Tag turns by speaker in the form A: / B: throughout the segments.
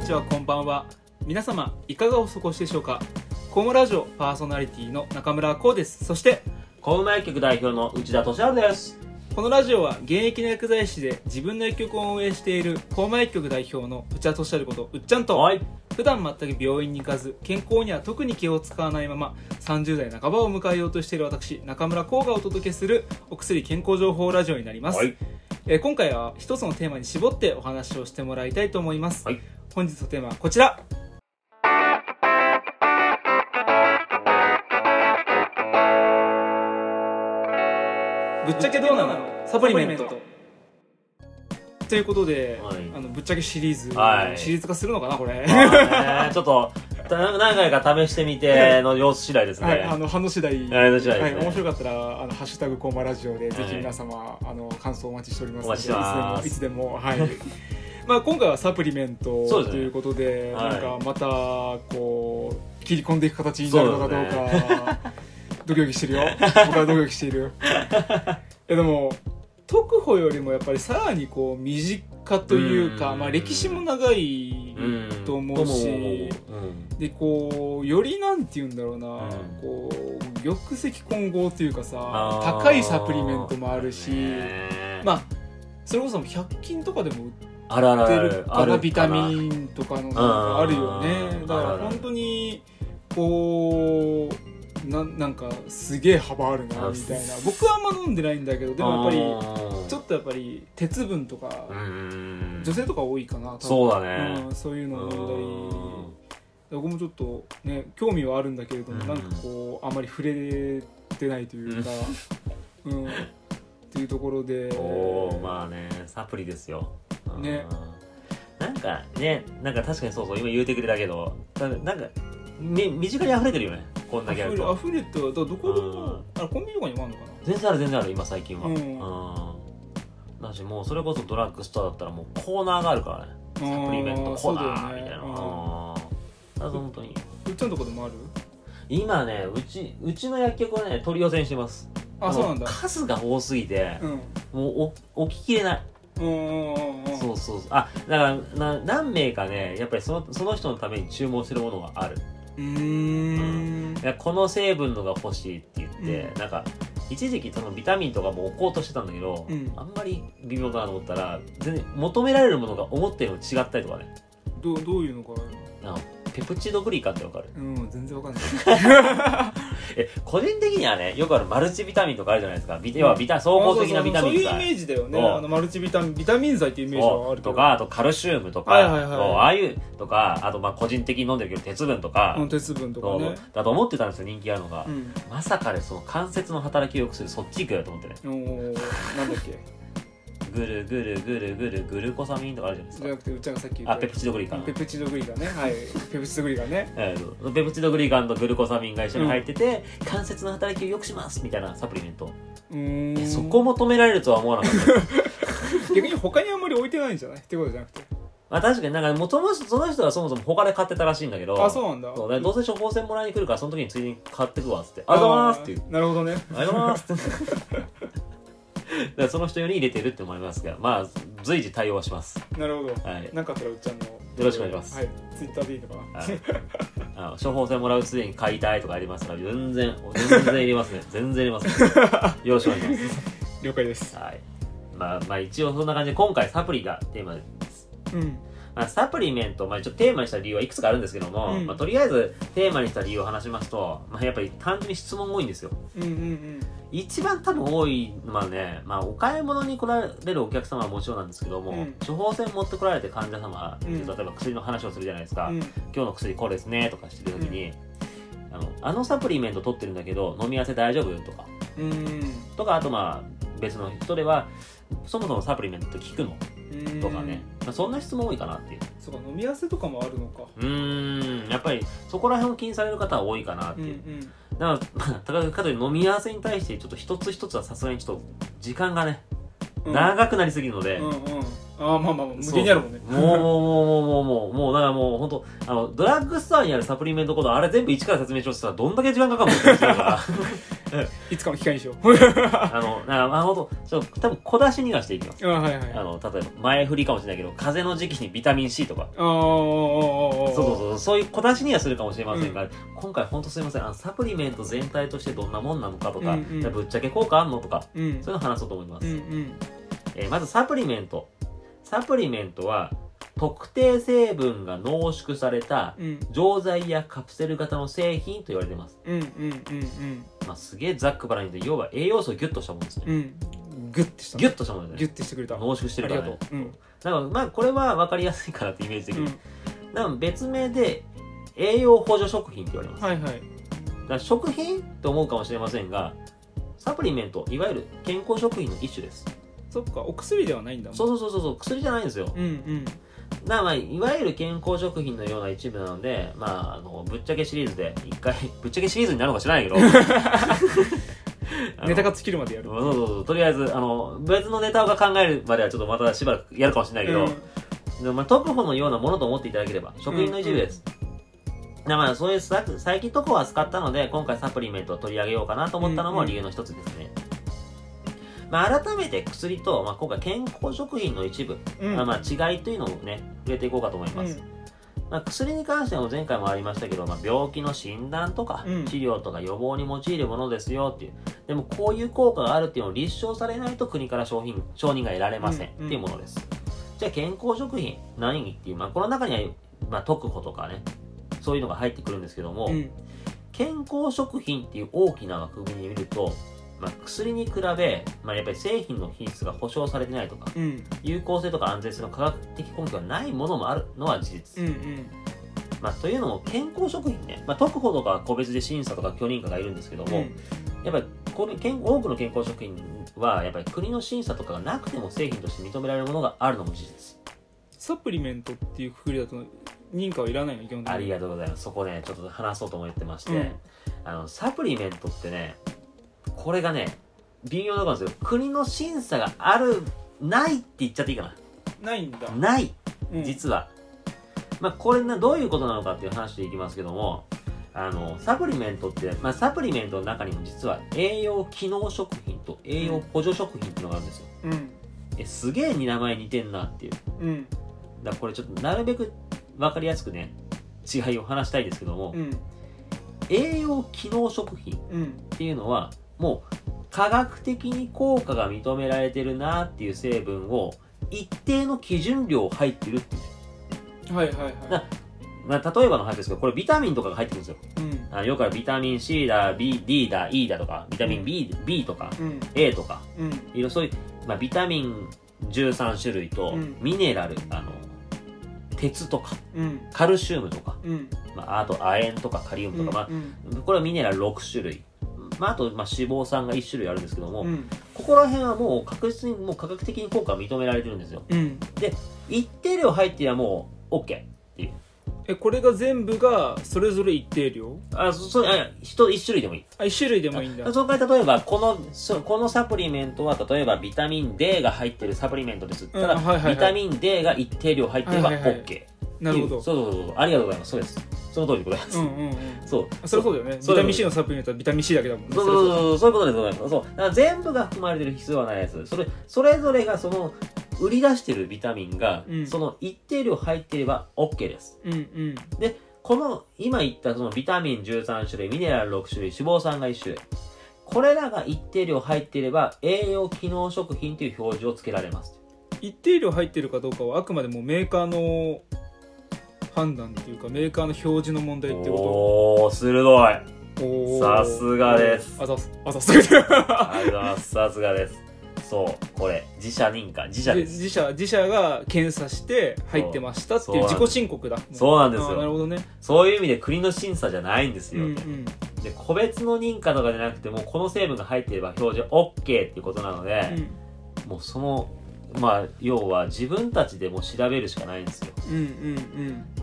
A: ちはこんばんは皆様いかがお過ごしでしょうかコムラジオパーソナリティの中村浩ですそして
B: 小梅局代表の内田敏治です。
A: このラジオは現役の薬剤師で自分の薬局を運営している高前薬局代表の内田敏ることうっちゃんと
B: い。
A: 普段全く病院に行かず健康には特に気を使わないまま30代半ばを迎えようとしている私中村浩がお届けするお薬健康情報ラジオになります、
B: はい。
A: えー今回は一つのテーマに絞ってお話をしてもらいたいと思います、
B: はい
A: 本日のテーマはこちらぶっちゃけどうなのサプリメントということで、
B: はい
A: あのぶっちゃけシリーズ、
B: はい
A: シリーズ化するのかなこれ、
B: まあねちょっと、た何回か試してみての様子次第ですね。
A: はい、 あの反応次第
B: あの次第ですね
A: はい、面白かったら「あのハッシュタグコーマラジオで」
B: い
A: ぜひ皆様、あの感想お待ちしておりますので
B: お待ちしてます
A: いつでもいつでもはい まあ今回はサプリメント
B: そうですね
A: ということで
B: はい
A: なんかまたこう切り込んでいく形になるのかどう
B: そ
A: かドキドキしてるよ僕はドキドキしているいやでも特保よりもやっぱりさらにこう身近というか
B: うん
A: まあ歴史も長い
B: うん。
A: と思うし
B: と思ううん
A: でこうよりなんて言うんだろうな、
B: ん
A: こう玉石混合というかさ
B: あー
A: 高いサプリメントもあるし、
B: ね
A: まあそれこそ100均とかでも売
B: あるある
A: って
B: あ
A: る
B: る。
A: か
B: あ
A: ら
B: る
A: ビタミ
B: ン。
A: ンとかのなんかあるよね
B: うん
A: だから本当にこうななんかすげえ幅あるな
B: あ
A: みたいな僕はあんま飲んでないんだけどでもやっぱ
B: ぱ
A: りちょっとやっぱり鉄分とか
B: うんうん。
A: 女性とか多いかな多分
B: そうだね
A: うん、そういうのを飲んだり
B: うん
A: 僕もちょっとね興味はあるんだけれども、
B: うん
A: なんかこうあまり触れてないというか、 うん、っていうところで
B: おおまあねサプリですようん
A: ね
B: なんかねなんか確かにそうそう今言うてくれたけどただなんかみ身近に溢れてるよねこんだけや
A: 溢
B: る
A: れ
B: と
A: 溢れてはだからどこで
B: う
A: も
B: ん
A: あれコンビニとかにもあるのか
B: 全然ある全然ある今最近は
A: う
B: うんん、だしもうそれこそドラッグストアだったらもうコーナーがあるからねサ
A: な
B: プリメントコーナーみたいな
A: あ
B: う
A: そうだよね
B: んだから本当に
A: うんうっちゃんとこでもある
B: 今ねうちうちの薬局はね取り寄せにしてます
A: あそうなんだ
B: も数が多すぎて
A: う、ん
B: もうお置ききれない
A: うんうんうん
B: そうそうそうあだからな何名かねやっぱりそのその人のために注文してるものがある
A: うーん
B: いやこの成分のが欲しいって言って、
A: う
B: なんか一時期そのビタミンとかも置こうとしてたんだけど、
A: うん
B: あんまり微妙だなと思ったら全然求められるものが思ったより違ったりとかね
A: どうどういうのか
B: なんかペプチドグリカンってわかる
A: うん全然わかんない
B: え個人的にはねよくあるマルチビタミンとかあるじゃないですかビ要はビタ総合的なビタミン
A: そうそうそういうイメ
B: 剤
A: ージだよね
B: そう
A: あのマルチビタミンビタミン剤っていうイメージはあるけど
B: とかあとカルシウムとか、
A: はいはいはい
B: そうああいうとかあとまあ個人的に飲んでるけど鉄分とか、
A: うん鉄分とか
B: そう
A: ね
B: だと思ってたんですよ人気あるのが、
A: うん
B: まさかでその関節の働きを良くするそっち行くよと思ってね
A: おーなんだっけ
B: ぐるぐるぐるぐるグルコサミンとかあるじゃない
A: じゃ
B: で
A: な
B: す
A: くてうっちゃんがさっき言った
B: かあペプチドグリカン
A: ペプチドグリカンねはいペプチドグリカンね
B: えーそうペプチドグリカンとグルコサミンが一緒に入ってて、関節の働きを良くしますみたいなサプリメント
A: うー
B: え
A: ん
B: そこ求められるとは思わなかった、
A: 逆に他にあんまり置いてないんじゃないってことじゃなくて
B: まあ、確かになんかもうその人その人はそもそも他で買ってたらしいんだけど
A: あそうなんだ
B: そうだからどうせ処方箋もらいに来るからその時についでに買ってくわっつって「ありがとうございます」っていう
A: あーなるほどね
B: ありがとうございますって。だからその人より入れてるって思いますが、まあ、随時対応はします。
A: なるほど
B: はい。
A: なんかあったらうっちゃんの
B: よろしくお願いします
A: はいツイッターでいいのかな
B: はい、あの処方箋もらうすでに買いたいとかありますから、全然、全然入れますね。全然入れますね。よろしくお願いしま
A: 了解です
B: す。はい。まあ、まあ、一応そんな感じで、今回サプリがテーマです。
A: うん
B: まあ、サプリメント、まあ、ちょっとテーマにした理由はいくつかあるんですけども、
A: うん
B: まあ、とりあえずテーマにした理由を話しますと、まあ、やっぱり単純に質問多いんですよ。
A: うんうん
B: 一番多分多いのはね、まあ、お買い物に来られるお客様はもちろんなんですけども、
A: うん
B: 処方箋持ってこられて患者様で、
A: うん
B: 例えば薬の話をするじゃないですか、
A: うんうん
B: 今日の薬これですねとかしてる時に、あのあのサプリメント取ってるんだけど飲み合わせ大丈夫とか
A: うんうん
B: とかあとまあ別の人ではそもそもサプリメントって効くの
A: うん
B: とかね、まあ、そんな質問多いかなっていう
A: そうか飲み合わせとかもあるのか
B: うーんやっぱりそこら辺を気にされる方は多いかなっ
A: う
B: て
A: ん
B: いうう、
A: ん
B: だから、まあ、たかかといって飲み合わせに対してちょっと一つ一つはさすがにちょっと時間がね、
A: うん
B: 長くなりすぎるので、
A: うんうんあーまあまあ無限にあるもんね
B: そうもうもうもうもうもうもうだからもう本当あのドラッグストアにあるサプリメントコードあれ全部一から説明しようとしたらどんだけ時間かかるのって話だから
A: いつかの機会にしようあ
B: あの、なまあ、ほんと、ちょっと多分小出しにはしていきます。
A: はいはい
B: あ
A: あ
B: の、例えば前振りかもしれないけど、風邪の時期にビタミン C とか、
A: あそう
B: そうそうそう、そういう小出しにはするかもしれませんが、今回本当すみません、あのサプリメント全体としてどんなもんなのかとか、
A: うんうん
B: じゃあぶっちゃけ効果あんのとか、
A: ううん
B: そういうの話そうと思います。
A: うんうん
B: えーまずサプリメント。サプリメントは、特定成分が濃縮された
A: うん
B: 錠剤やカプセル型の製品と言われてます。
A: うんうんうん
B: まあ、すげえざっくばらんに言って、要は栄養素をギュッとしたものですね。
A: うんうんギュッてした
B: ギュッとしたものです
A: ギ
B: ね。
A: ュッてしてくれたあ
B: 濃縮してる
A: り
B: から
A: が
B: ね
A: と。ううん
B: だからまあこれは分かりやすいからってイメージでき
A: う
B: る、
A: ん
B: なので別名で栄養補助食品って言われます、
A: はいはい
B: だから食品と思うかもしれませんがサプリメントいわゆる健康食品の一種です
A: そっかお薬ではないんだもん
B: そうそうそうそう薬じゃないんですよだか
A: うんうん
B: らまあいわゆる健康食品のような一部なのでまああのぶっちゃけシリーズで一回 ぶっちゃけシリーズになるのか知らないけどあ の
A: ネタが尽きるまでやる
B: そうそうそうとりあえずあの別のネタが考えるまではちょっとまたしばらくやるかもしれないけど、
A: うん
B: でまあ、特保のようなものと思っていただければ食品の一部です、だからそういうさ最近特保は使ったので今回サプリメントを取り上げようかなと思ったの
A: うんう
B: も
A: ん
B: 理由の一つですね、まあ、改めて薬と、まあ、今回健康食品の一部、
A: うん
B: まあ、まあ違いというのをね触れていこうかと思います、まあ、薬に関しては前回もありましたけど、まあ、病気の診断とか
A: うん
B: 治療とか予防に用いるものですよっていうでもこういう効果があるっていうのを立証されないと国から商品承認が得られませんっ
A: うん
B: ていうものです、じゃあ健康食品何にっていう、まあ、この中には、まあ、特保とかねそういうのが入ってくるんですけども、
A: うんうん
B: 健康食品っていう大きな枠組みに見ると、まあ、薬に比べ、まあ、やっぱり製品の品質が保証されてないとか
A: うん
B: 有効性とか安全性の科学的根拠がないものもあるのは事実、
A: うんうん
B: まあ、というのも健康食品ね、まあ、特保とかは個別で審査とか許認可がいるんですけども、やっぱりこの健多くの健康食品はやっぱり国の審査とかがなくても製品として認められるものがあるのも事実、
A: サプリメントっていうくくりだと認可はいらないの基本的に
B: ありがとうございますそこねちょっと話そうと思ってまして、
A: うん
B: あのサプリメントってねこれがね微妙なところなんですけど国の審査があるないって言っちゃっていいか
A: ないんだ
B: なない
A: うん
B: 実は、まあ、これなどういうことなのかっていう話でいきますけどもあのサプリメントって、まあ、サプリメントの中にも実は栄養機能食品と栄養補助食品っていうのがあるんですよ
A: うん
B: えすげえに名前似てんなっていうだか
A: うん
B: らこれちょっとなるべく分かりやすくね違いを話したいですけども、
A: うん
B: 栄養機能食品
A: うん
B: っていうのはもう科学的に効果が認められてるなっていう成分を一定の基準量入ってるっていう
A: はいはいは
B: なまあ、例えばの話ですけど、これビタミンとかが入ってくるんですよ。
A: いうん
B: あよくあるビタミン C だ、B、D だ、E だとか、ビタミン B,、B とか、
A: うん
B: A とか、
A: うん
B: いろいろそういう、まあ、ビタミン13種類と、
A: うん
B: ミネラル、あの、鉄とか、
A: うん
B: カルシウムとか、
A: うん
B: まあ、あと亜鉛とかカリウムとか、ま
A: うん
B: あ、これはミネラル6種類。まあ、あと、まあ、脂肪酸が1種類あるんですけども、
A: うん
B: ここら辺はもう確実に、もう科学的に効果が認められてるんですよ。
A: うん
B: 一定量入ってりゃもう、OK。
A: えこれが全部がそれぞれ一定量
B: あ、そ、そ、あ、人、一種類でもいい。
A: あ一種類でもいいんだ
B: そこから例えばこのそうこのサプリメントは例えばビタミン D が入ってるサプリメントですって言ったら、
A: うんはいはいはい
B: ビタミン D が一定量入ってれば
A: はい
B: OK、
A: はいはいなるほど
B: そうそうそうそうありがとうございますそうですその通りでございます、
A: うんうんうん
B: そう
A: それそうだよね
B: そう
A: ビタミン C のサプリメントはビタミン C だけだもんね
B: そうそうそうそうそういうことでございますそうだから全部が含まれてる必要はないやつそれそれぞれがその売り出してるビタミンが、
A: うん
B: その一定量入ってれば OK です
A: うんうん
B: この今言ったそのビタミン13種類ミネラル6種類脂肪酸が1種類これらが一定量入っていれば栄養機能食品という表示をつけられます
A: 一定量入ってるかどうかはあくまでもメーカーの判断っていうかメーカーの表示の問題ってこ
B: おお鋭い
A: とおー
B: さすがです
A: あざっすあざっす
B: ありがとうございますさすがですそうこれ自社認可自社
A: で
B: です
A: 自社自社が検査して入ってましたっていう
B: そう
A: 自己申告だ
B: そうなんですよ
A: あーなるほどね
B: そういう意味で国の審査じゃないんです
A: うん
B: よ、
A: うん
B: で個別の認可とかじゃなくてもうこの成分が入っていれば表示 OK っていうことなので、もうそのまあ要は自分たちでもう調べるしかないんですよ
A: うん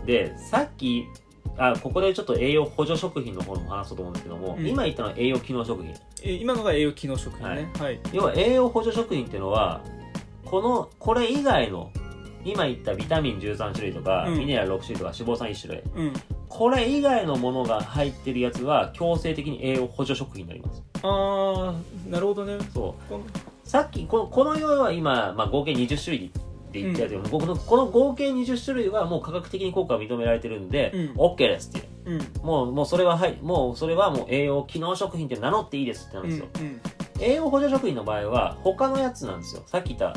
A: うん
B: でさっきあここでちょっと栄養補助食品の方も話そうと思うんですけども、
A: うん
B: 今言ったのは栄養機能食品
A: え今のが栄養機能食品ねはい
B: 要は栄養補助食品っていうのはこのこれ以外の今言ったビタミン13種類とか、
A: うん
B: ミネラル6種類とか脂肪酸1種類
A: うん
B: これ以外のものが入ってるやつは強制的に栄養補助食品になります
A: ああなるほどね
B: そう
A: この
B: さっきこのこの量は今、まあ、合計20種類で言ったやつけど、僕のこの合計20種類はもう科学的に効果が認められてるんで、
A: うん
B: OK ですっていう
A: うん
B: もうもうそれははいもうそれはもう栄養機能食品って名乗っていいですってなる
A: うんん
B: ですよ、栄養補助食品の場合は他のやつなんですよさっき言った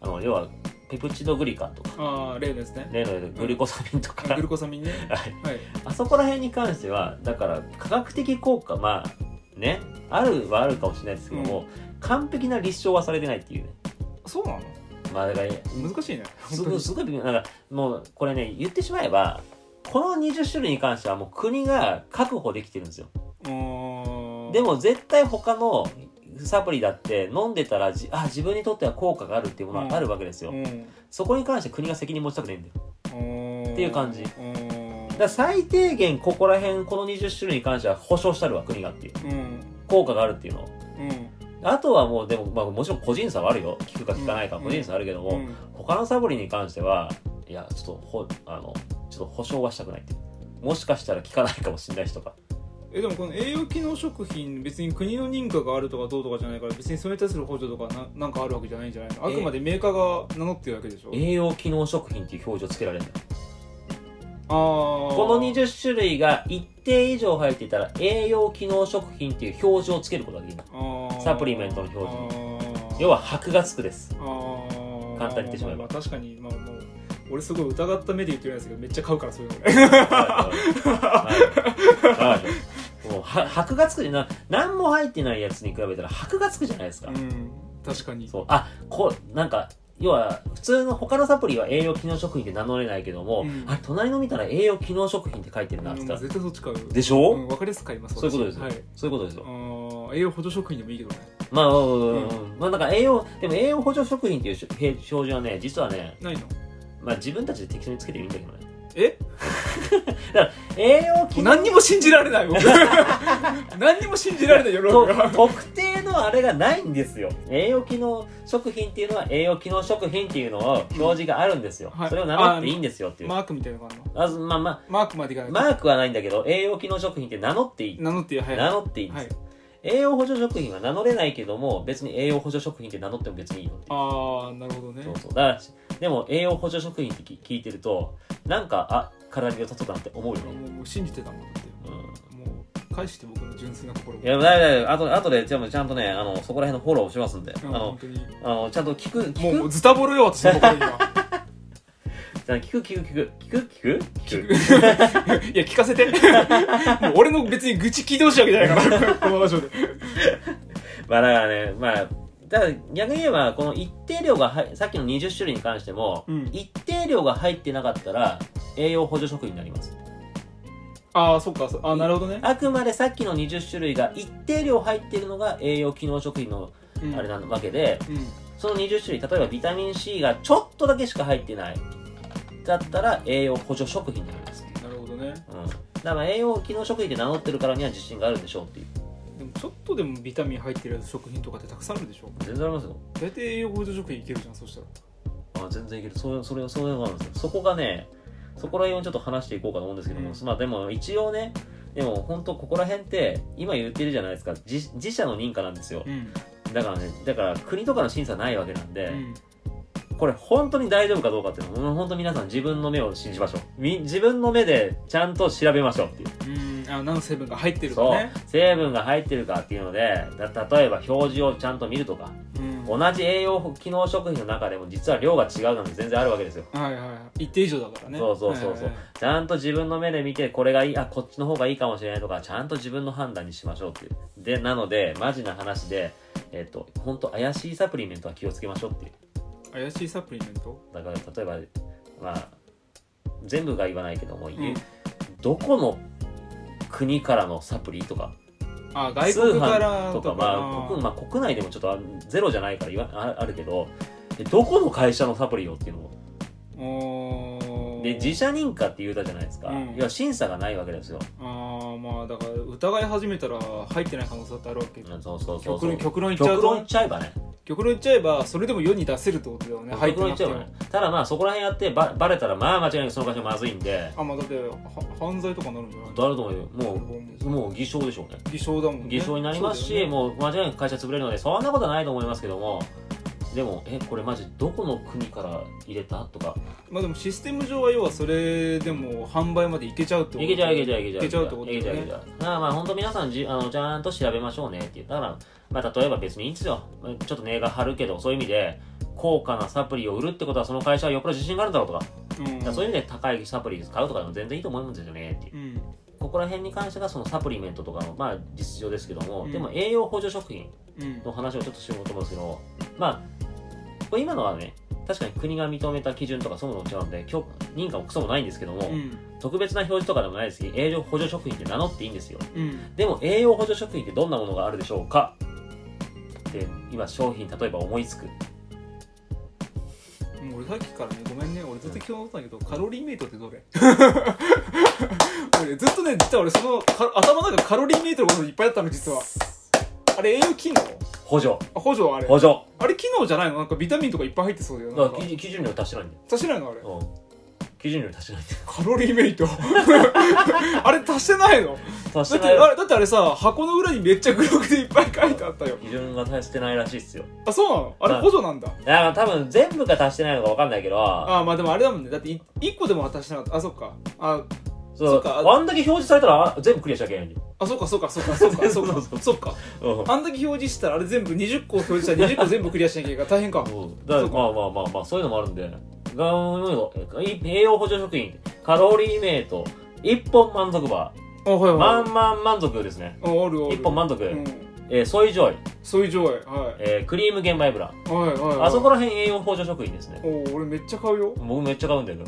B: あの要はペプチドグリカとか
A: ああ例ですね
B: 例のグリコサミンとか、
A: グルコサミンね
B: はい
A: はい
B: あそこら辺に関してはだから科学的効果まあねあるはあるかもしれないですけども、完璧な立証はされてないっていうね
A: そうなの
B: まあだから
A: 難しいね
B: す
A: 本当
B: ごい
A: に
B: すごい微妙なんかもうこれね言ってしまえばこの20種類に関してはもう国が確保できてるんですよ
A: うーん
B: でも絶対他のサプリだって飲んでたらじあ自分にとっては効果があるっていうものはあるわけですよ、
A: うん
B: そこに関して国が責任持ちたくないんだよっていう感じ
A: うーん
B: だから最低限ここら辺この20種類に関しては保証したるわ国がっていう
A: うん
B: 効果があるっていうのを
A: うん
B: あとはもうでも、まあ、もちろん個人差はあるよ聞くか聞かないか
A: うん
B: 個人差あるけども、
A: うん
B: 他のサプリに関してはいやちょっとほあのちょっと保証はしたくないっていうもしかしたら効かないかもしれないしとか
A: えでもこの栄養機能食品別に国の認可があるとかどうとかじゃないから別にそれに対する補助とかななんかあるわけじゃないんじゃないのあくまでメーカーが名乗ってるわけでしょ
B: 栄養機能食品っていう表示をつけられるんだよ
A: ああ
B: この20種類が一定以上入っていたら栄養機能食品っていう表示をつけることができるサプリメントの表
A: 示
B: 要は箔がつくです簡
A: 簡
B: 単に言ってしまえば
A: 確かにまあもう俺すごい疑った目で言ってるんですけどめっちゃ買うからそう いうの
B: はいもうは箔がつくじゃな何も入ってないやつに比べたら箔がつくじゃないですか、
A: 俺うん確かに
B: そうあこうなんか要は普通の他のサプリは栄養機能食品って名乗れないけども、
A: うん
B: あれ隣の見たら栄養機能食品って書いてるなって
A: うん
B: 言ったら、
A: 絶対そっち買う
B: でしょ、
A: うんわかりやすく買います
B: そういうことですよ
A: 私はい
B: そういうことですよ、
A: あー栄養補助食品でもいいけどね
B: まあ、うんうんうんまあなんか栄養でも栄養補助食品っていう表表示はね実はね
A: ないの
B: まあ自分たちで適当につけてもいいんだけどね
A: え
B: 栄養機能
A: 何にも信じられない 僕何にも信じられない世の
B: と
A: 中が
B: 特定のあれがないんですよ栄養機能食品っていうのは栄養機能食品っていうのを表示があるんですよ、
A: うんはい
B: それを名乗っていいんですよっていう、
A: マークみたいなのがあるの
B: あずまあま
A: マークまでいかな
B: あ
A: いと
B: マークはないんだけど栄養機能食品って名乗っていい、
A: 名乗ってはい
B: 名乗っていいんで
A: は
B: す、
A: い
B: 栄養補助食品は名乗れないけども別に栄養補助食品って名乗っても別にいいよっていう
A: ああなるほどね
B: そうそうだからでも栄養補助食品ってき聞いてるとなんかあ体に良さそうだなって思うよね、
A: もうもう信じてたもんだって
B: うん
A: もう返して僕の純粋な心を
B: いや、だいだいだ、あと、あとで、ちゃんちゃんとね、あの、そこら辺のフォローしますんで、
A: う
B: あ
A: ん
B: の
A: 本、当に
B: あの、ちゃんと聞く、聞く
A: もうもうズタボロよ私の心に は
B: じゃあ聞く聞く聞く聞く聞く聞く
A: いや聞かせてもう俺の別に愚痴聞いてほしいわけじゃないからこの場所で
B: まあだからねまあだから逆に言えばこの一定量が入さっきの20種類に関しても、
A: うん
B: 一定量が入ってなかったら栄養補助食品になります
A: ああそっかそあーなるほどね
B: あくまでさっきの20種類が一定量入っているのが栄養機能食品の
A: うん
B: あれなわけで、
A: うん
B: その20種類例えばビタミン C がちょっとだけしか入ってないだったら栄養補助食品になります、
A: なるほどね
B: うん、だからまあ栄養機能食品って名乗ってるからには自信があるんでしょうっていう
A: でもちょっとでもビタミン入ってる食品とかってたくさんあるでしょ
B: 全然ありますよ
A: 大体栄養補助食品いけるじゃんそしたら
B: あ全然いけるそれそれそれなんですよそこがねそこら辺をちょっと話していこうかと思うんですけども、
A: うん
B: まあでも一応ねでも本当ここら辺って今言ってるじゃないですか自自社の認可なんですよ
A: うん
B: だからねだから国とかの審査ないわけなん
A: う
B: で、
A: ん
B: これ本当に大丈夫かどうかっていうのは本当皆さん自分の目を信じましょうみ自分の目でちゃんと調べましょうっていう
A: うんあ何成分が入ってるか
B: そう
A: ね
B: 成分が入ってるかっていうのでだ例えば表示をちゃんと見るとか
A: うん
B: 同じ栄養機能食品の中でも実は量が違うなんて全然あるわけですよ
A: はいはいはい一定以上だからね
B: そうそうそうそう
A: はいはい
B: ちゃんと自分の目で見てこれがいいあこっちの方がいいかもしれないとかちゃんと自分の判断にしましょうっていうでなのでマジな話でえっ、と本当怪しいサプリメントは気をつけましょうっていう
A: 怪しいサプリメント
B: だから例えばまあ全部が言わないけども、
A: ん
B: どこの国からのサプリとか
A: あ外国から
B: とかまあ国,、まあ、国内でもちょっとあゼロじゃないから言わああるけどえどこの会社のサプリよっていうのも
A: おー
B: で自社認可って言うたじゃないですか、
A: うん
B: いや審査がないわけですよ、
A: ああまあだから疑い始めたら入ってない可能性だってあるわけ
B: うんそうそうそ
A: 極
B: うそう
A: 論極論いっちゃう
B: 極論言
A: と
B: っちゃえばね
A: 極論言っちゃえばそれでも世に出せるってことだよね入って
B: 僕の
A: なく
B: 言っち
A: て
B: ゃえ
A: も
B: ばねただまあそこら辺やってばバレたらまあ間違いなくその会社まずいんで
A: あまあだっては犯罪とかになるんじゃない
B: 誰とも言うもうもう偽証でしょうね
A: 偽証だもんね
B: 偽証になりますし、
A: そうだよね
B: もう間違いなく会社潰れるのでそんなことはないと思いますけどもでもえこれマジどこの国から入れたとか
A: まあでもシステム上は要はそれでも販売までいけちゃうってこと
B: いけちゃういけちゃういけ
A: いけち
B: ち
A: ゃ
B: ゃ
A: う
B: う
A: ってことだ
B: い
A: よ
B: けちゃういけち
A: ね
B: ゃうだからまあ本当皆さんじあのちゃんと調べましょうねって言ったら、まあ、例えば別にいいんですよちょっと値が張るけどそういう意味で高価なサプリを売るってことはその会社はよっぽど自信があるんだろうとか,、
A: うん
B: そういう意味で高いサプリ買うとかでも全然いいと思うんですよねっていう
A: うん
B: ここら辺に関してがそのサプリメントとかのまあ実情ですけども、
A: うん
B: でも栄養補助食品
A: うん
B: の話をちょっとしようと思うんですけどまあこれ今のはね確かに国が認めた基準とかそういうのも違うんで許認可もクソもないんですけども、
A: うん
B: 特別な表示とかでもないですし栄養補助食品って名乗っていいんですよ
A: うん
B: でも栄養補助食品ってどんなものがあるでしょうかで今商品例えば思いつく
A: もう俺さっきからねごめんね俺ずっと聞こうとったんだけどカロリーメイトってどれ 俺ずっとね実は俺そのか頭の中カロリーメイトのこといっぱいあったの実はあれ栄養機能
B: 補助
A: あ補助あれ
B: 補助
A: あれ機能じゃないのなんかビタミンとかいっぱい入ってそうだよな
B: だ
A: ん
B: か
A: から
B: 基基準量足してないんだよ
A: 足してないのあれ
B: うん基準量足し てないんだよ
A: カロリーメ イトあれ足してないの
B: 足
A: だ
B: し
A: っててあ
B: ない
A: れだってあれさ箱の裏にめっちゃグログでいっぱい書いてあったよ
B: 基準が足してないらしいっすよ
A: あそうなのあれ
B: うん
A: 補助なんだ
B: だから多分全部が足してないのか分かんないけど
A: あまあでもあれだもんねだってい一個でも足してなかったあそっかあ
B: そ
A: そうっか
B: あんだけ表示されたらあ全部クリアしなきゃいけないんだよ
A: あそっかそっかそっかそっか そ
B: そうそう
A: っ
B: そ
A: かそっか
B: うん
A: あんだけ表示したらあれ全部20個表示したら20個全部クリアしなきゃいけないから大変か
B: そうだから
A: そうか
B: まあまあまあまあそういうのもあるんでが栄養補助食品カロリーメイト一本満足バ
A: あはい
B: ー
A: は
B: 満
A: い
B: 満満足ですね
A: ああるある
B: 一本満足、
A: うん
B: えーソイジョイ、
A: そういう上位はい
B: えークリーム玄米ブラ
A: はいはいはい
B: あそこら辺栄養補助食品ですね
A: おー俺めっちゃ買うよ
B: 僕めっちゃ買うんだけ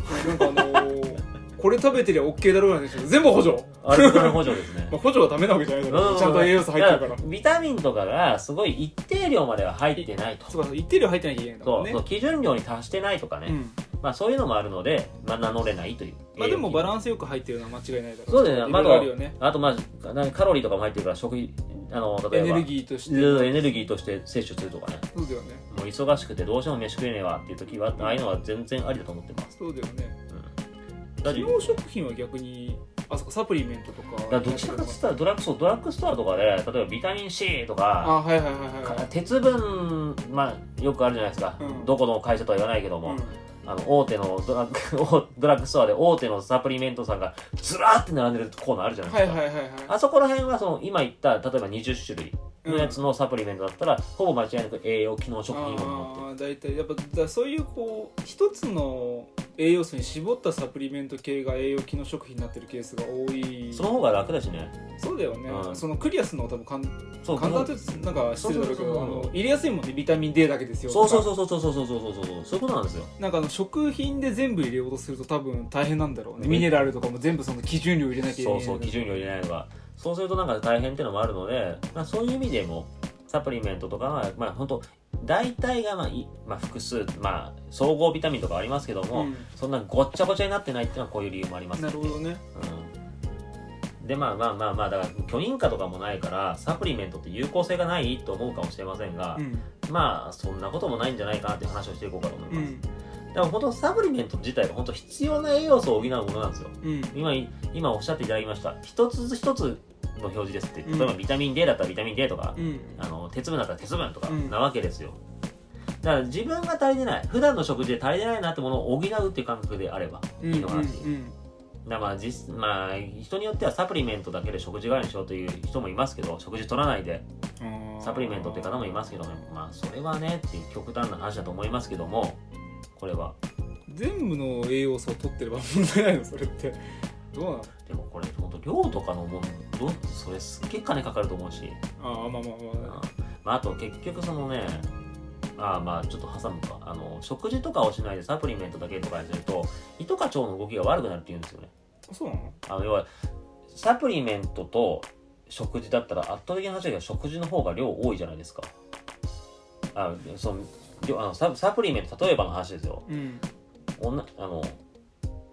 A: な
B: ど
A: んかあのー これ食べてりゃ OK だろうなんでしょ全部補助
B: あれこれ補助です ね
A: まあ補助はダメなわけじゃないだ
B: う
A: ろ
B: う
A: ちゃんと栄養素入ってるか
B: だ
A: ら
B: ビタミンとかがすごい一定量までは入ってないと
A: そうかそう一定量入ってなきゃいけないんだも
B: そ
A: ん
B: う
A: ね
B: そう基準量に達してないとかね、
A: うん
B: まあそういうのもあるので、まあ、名乗れないという
A: まあでもバ
B: ン
A: ランスよく入ってるのは間違いないだろ
B: そうだよね
A: いろいろあるよね
B: あとまあなんかカロリーとかも入ってるから食費あの例
A: エ
B: えば
A: ネルギーとして
B: うんエネルギーとして摂取するとかね
A: そうだよね
B: もう忙しくてどうしても飯食えねえわっていう時は、ああいうのは全然ありだと思ってます、
A: そうだよね
B: うん、だって
A: 機能食品は逆にあそっかサプリメントとか
B: だからどちらかといったらドラッグそうドラッグストアとかで例えばビタミン C とか
A: あはいはいはいはい
B: か鉄分、まあ、よくあるじゃないですか、
A: うん
B: どこの会社とは言わないけども、
A: うん
B: あの大手のドラッグ 大ドラッグストアで大手のサプリメントさんがずらーって並んでるコーナーあるじゃない
A: は
B: です
A: い
B: か、
A: はいはいはい
B: あそこら辺はその今言った例えば20種類
A: うん
B: のやつのサプリメントだったら、ほぼ間違いなく栄養機能食品を持ってる
A: あー大体やっぱだからそういうこう一つの栄養素に絞ったサプリメント系が栄養機能食品になってるケースが多い
B: その方が楽だしね
A: そうだよね、
B: うん
A: そのクリアするのは多分簡
B: そう
A: 簡単というとなんか失礼だろうけど
B: そうそうそう
A: あの入れやすいもんねビタミン D だけですよ
B: そうそう
A: う
B: そうそうそうそうそうそうそうそういうことなんですよ
A: なんかあの食品で全部入れようとすると多分大変なんだろうねミネラルとかも全部その基準量入れなきゃいけ
B: そ
A: な
B: う
A: い
B: そう基準量入れないのがそうするとなんか大変っていうのもあるので、まあ、そういう意味でもサプリメントとかはまあ本当大体がまあい、まあ、複数まあ総合ビタミンとかありますけど
A: う
B: も、
A: ん
B: そんなごっちゃごちゃになってないっていうのはこういう理由もあります
A: なるほどね
B: うんでまあまあまあまあだから許認可とかもないからサプリメントって有効性がないと思うかもしれませんが
A: う、ん
B: まあそんなこともないんじゃないかなっていう話をしていこうかと思いうます、
A: ん
B: でも本当サプリメント自体が本当必要な栄養素を補うものなんですよ
A: うん
B: 今い今おっしゃっていただきました一つ一つの表示ですって
A: う
B: 例
A: ん
B: えばビタミン D だったらビタミン D とか、
A: うん
B: あの鉄分だったら鉄分とか
A: うん
B: なわけですよ、だから自分が足りてない普段の食事で足りてないなってものを補うっていう感覚であれば
A: うんう
B: いいのかなっていう、
A: ん
B: だからまあ実まあ人によってはサプリメントだけで食事代わりにしようという人もいますけど食事取らないで
A: うん
B: サプリメントっていう方もいますけどねまあそれはねっていう極端な話だと思いますけどもこれは
A: 全部の栄養素を取ってれば問題ないのそれってどうなの
B: でもこれ本当量とかのもんどうそれすっげえ金かかると思うし、
A: ああまあまあまあ
B: まあ、あと結局そのねああまあちょっと挟むかあの食事とかをしないでサプリメントだけとかにすると胃とか腸の動きが悪くなるって言うんですよね
A: そうなの
B: あの要はサプリメントと食事だったら圧倒的な話だけど食事の方が量多いじゃないですかあその量あのササプリメント例えばの話ですよ
A: うん
B: 女あの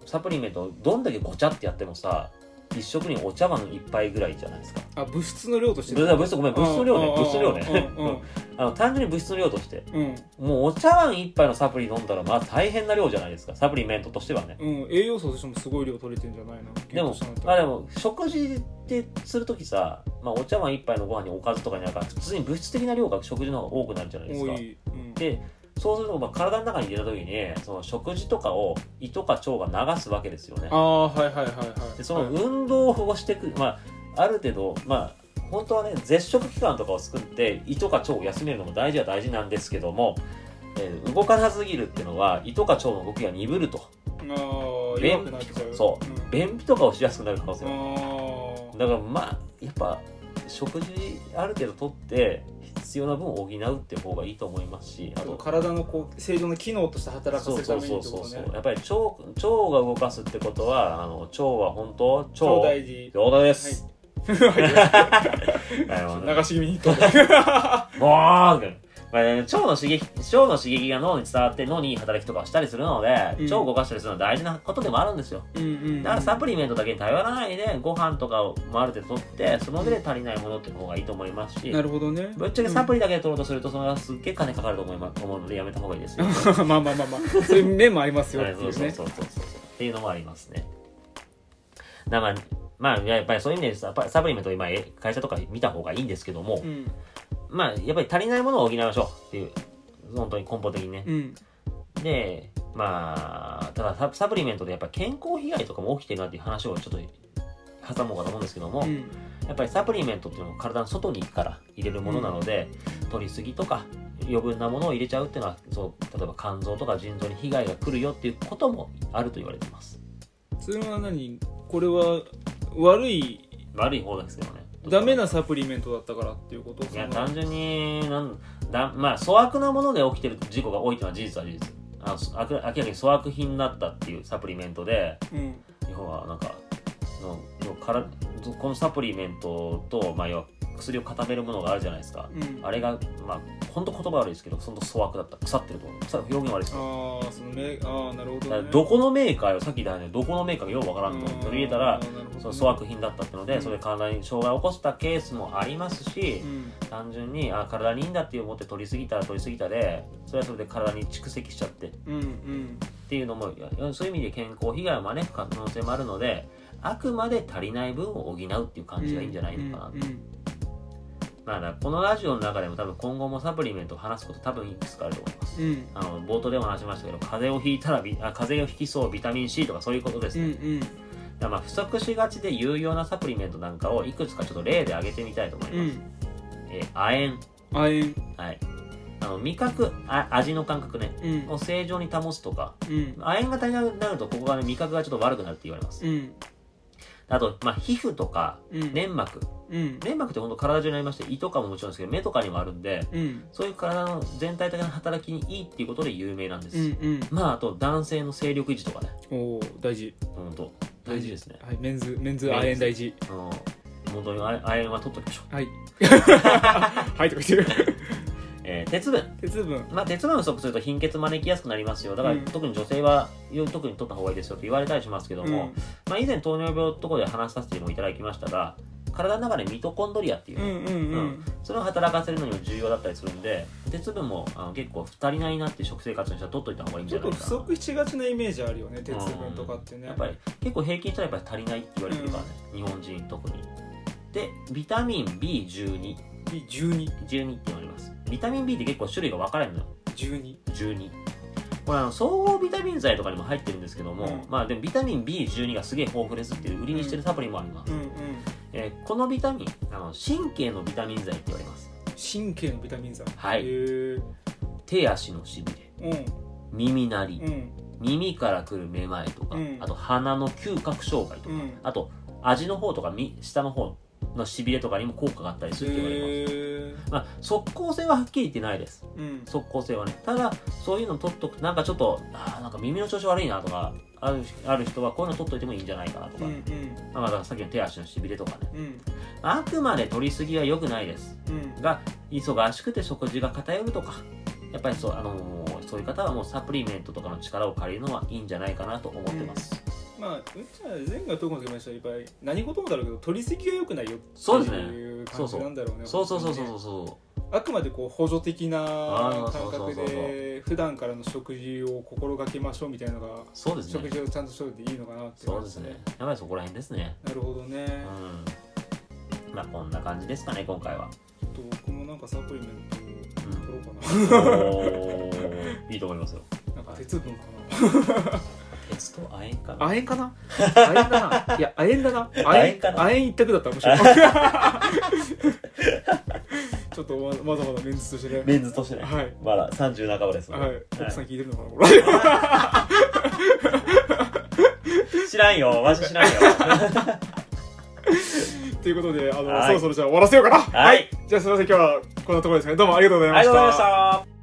B: サプリメントどんだけごちゃってやってもさ一食にお茶碗一杯ぐらいじゃないですか
A: あ物質の量として
B: 物質ごめん物質の量ね物質の量ね
A: うんうん
B: あの単純に物質の量として
A: うん
B: もうお茶碗一杯のサプリ飲んだらまあ大変な量じゃないですかサプリメントとしてはね
A: うん、うん、栄養素としてもすごい量取れてんじゃないの
B: でも
A: 健康そうになった
B: まあ
A: ら
B: でも食事ってするときさ、まあ、お茶碗一杯のご飯におかずとかになんか普通に物質的な量が食事の方が多くなるじゃないです
A: 多
B: か
A: い、うん、
B: でそうするとまあ体の中に入れた時にその食事とかを胃とか腸が流すわけですよね
A: ああはいはいはいはい
B: でその
A: はい
B: 運動をしてく、まあ、ある程度、まあ、本当はね絶食期間とかを作って胃とか腸を休めるのも大事は大事なんですけども、えー動かなすぎるっていうのは胃とか腸の動きが鈍ると
A: ああ
B: 便
A: 弱くなっちゃう
B: そ
A: うん
B: 便秘とかをしやすくなる可能性が
A: あ
B: だからまあやっぱ食事ある程度とって必要な分を補うって方がいいと思いますしあ
A: あ
B: と
A: 体のこう正常な機能として働かせ
B: そう
A: るた
B: そ
A: め
B: う
A: に
B: そう
A: ってこ
B: そう
A: と
B: そう
A: ね
B: やっぱり腸腸が動かすってことはあの腸は本当腸
A: 超大事
B: 冗談です、 あの
A: 流し気味に言った
B: もうまあね腸の刺激腸の刺激が脳に伝わって脳にいい働きとかをしたりするので、
A: うん
B: 腸を動かしたりするのは大事なことでもあるんですよ
A: うんうん
B: だからサプリメントだけに頼らないでご飯とかをもある程度取ってその上で足りないものっていう方がいいと思いますし
A: なるほどね
B: ぶっちゃけサプリだけで取ろうとするとそれはすっげえ金かかると思います思うのでやめた方がいいですよ、はい、
A: うんまあまあまあまあそういう面もあります
B: そ
A: よ
B: う
A: ってい
B: そう
A: う
B: そう
A: ね
B: そうそうっていうのもありますねだからまあやっぱりそういう意味でササプリメントを今え会社とか見た方がいいんですけども、
A: うん
B: まあやっぱり足りないものを補いましょうっていう本当に根本的にね、
A: うん
B: でまあただササプリメントでやっぱ健康被害とかも起きてるなっていう話をちょっと挟もうかと思うんですけども、
A: うん
B: やっぱりサプリメントっていうのは体の外にから入れるものなので、取りすぎとか余分なものを入れちゃうっていうのはそう例えば肝臓とか腎臓に被害が来るよっていうこともあると言われてます
A: それは何これは悪い
B: 悪い方ですけどね
A: ダメなサプリメントだったからっていうこと
B: いや
A: その
B: 単純になんだまあ粗悪なもので起きてる事故が多いというのは事実は事実あのそ明明らかに粗悪品だったっていうサプリメントで
A: うん
B: 要はなんかの要はからこのサプリメントと、まあ、要は薬を固めるものがあるじゃないですか、
A: うん
B: あれがまあ本当言葉悪いですけどその粗悪だった腐ってると思う腐表現悪いですけど
A: ああそのめああなるほ
B: だか
A: ど
B: ら
A: ね
B: どこのメーカーよさっき言ったようにどこのメーカーがようわからんと
A: うん
B: 取り入れた
A: な
B: ら
A: るほどね
B: その粗悪品だったってので、
A: うん
B: それで体に障害を起こしたケースもありますし、
A: うん
B: 単純にあ体にいいんだって思って取りすぎたら取りすぎたでそれはそれで体に蓄積しちゃってっ
A: うんうん
B: ていうのもいやそういう意味で健康被害を招く可能性もあるのであくまで足りない分を補うっていう感じがいいんじゃないのかな、
A: うんうん
B: まあだからこのラジオの中でも多分今後もサプリメントを話すこと多分いくつかあると思います
A: うん
B: あの冒頭でも話しましたけど風邪をひいたらビあ風邪をひきそうビタミン C とかそういうことです
A: うん
B: ね、
A: うん
B: だからまあ不足しがちで有用なサプリメントなんかをいくつかちょっと例で挙げてみたいと思います、
A: うん
B: えー亜
A: 亜鉛
B: 鉛はいあの味覚あ味の感覚ね
A: うん
B: を正常に保つとか
A: うん
B: 亜鉛が足りなくなるとここがね味覚がちょっと悪くなるって言われます
A: うん
B: あと、まあ、皮膚とか
A: うん
B: 粘膜
A: うん
B: 粘膜って本当体中にありまして胃とかももちろんですけど目とかにもあるんで
A: うん
B: そういう体の全体的な働きにいいっていうことで有名なんです、
A: うんうん
B: まああと男性の精力維持とかね
A: おお大事
B: 本当大事ですね
A: はいメンズメンズ亜鉛大事
B: あの本当にあれ亜鉛は取っときましょう、
A: はいはいとか言ってる
B: えー鉄分
A: 鉄分
B: まあ、鉄分不足すると貧血招きやすくなりますよだから、
A: うん
B: 特に女性は特に取った方がいいですよって言われたりしますけども、まあ、以前糖尿病とこで話させてもいただきましたが体の中でミトコンドリアっていう
A: う
B: ね、
A: んうんうんうん
B: それを働かせるのにも重要だったりするんで鉄分もあの結構足りないなっていう食生活の人は取っといた方がいいんじ
A: ちょ
B: ゃ
A: っ
B: な
A: と
B: いか
A: 不
B: な
A: 足しがちなイメージあるよね鉄分とかってね
B: やっぱり結構平均したらやっぱり足りないって言われてるからね、日本人特にでビタミン B1212
A: 1212
B: って言われますビタミン B って結構種類が分かれるのよ
A: 12
B: 12これあの総合ビタミン剤とかにも入ってるんですけども、
A: うん
B: まあでもビタミン B12 がすげえ豊富ですっていう売りにしてるサプリもあります、
A: うんうん
B: えーこのビタミンあの神経のビタミン剤って言われます
A: 神経のビタミン剤
B: はい
A: へー
B: 手足のしびれ
A: うん
B: 耳鳴り、
A: うん
B: 耳からくるめまいとか、
A: うん
B: あと鼻の嗅覚障害とか、
A: うん
B: あと味の方とかみ下の方のしびれとかにも効果があったりするって言われます、
A: へー
B: まあ、即効性ははっきり言ってないです
A: うん
B: 即効性はねただそういうの取っとくなんかちょっとあーなんか耳の調子悪いなとかあるある人はこういうの取っといてもいいんじゃないかなと
A: う
B: か、
A: ん
B: まあ、だからさっきの手足のしびれとかね
A: うんうん
B: あくまで取りすぎは良くないです
A: うん
B: が忙しくて食事が偏るとかやっぱりそう,、あのーそういう方はもうサプリメントとかの力を借りるのはいいんじゃないかなと思ってます、
A: まあうちは前回トークの時も言いましたけどやっぱり何事もだろうけど取りすぎが良くないよって
B: そうですね
A: いう感じなんだろうね
B: そうそうそうそ
A: 本
B: う
A: 当に
B: そう
A: ね
B: そ
A: あくまでこう補助的な
B: あ
A: 感
B: ーそうそう
A: 覚
B: そうそう
A: で普段からの食事を心がけましょうみたいなのが
B: うそうです
A: 食
B: ね
A: 事をちゃんとしといていいのかなって
B: そう
A: 感
B: で
A: じ
B: すねやばいそこら辺ですね
A: なるほどね、
B: うんまあこんな感じですかね今回は
A: ちょっと僕もなんかサプリメント
B: う
A: 取ろう
B: ん
A: か
B: おーいいと思いますよ
A: ななんか鉄分か
B: 鉄と亜鉛か
A: な
B: な
A: 亜鉛かな亜鉛だないや亜鉛だな
B: 亜鉛かな
A: 亜鉛一択だったら面白い ちょっとままだまだメンズとしてね
B: メンズとしてね
A: はい
B: まだ30半ばですもん
A: は
B: ね
A: い奥さん聞いてるのかなこれ
B: 知らんよマジ知 らんよ
A: ということであの
B: はい
A: そろそろじゃあ終わらせようかな
B: はい
A: じゃあすいません今日はこんなところですねどうもありがとうござい
B: あ
A: ま
B: りがと
A: し
B: うございま
A: た
B: した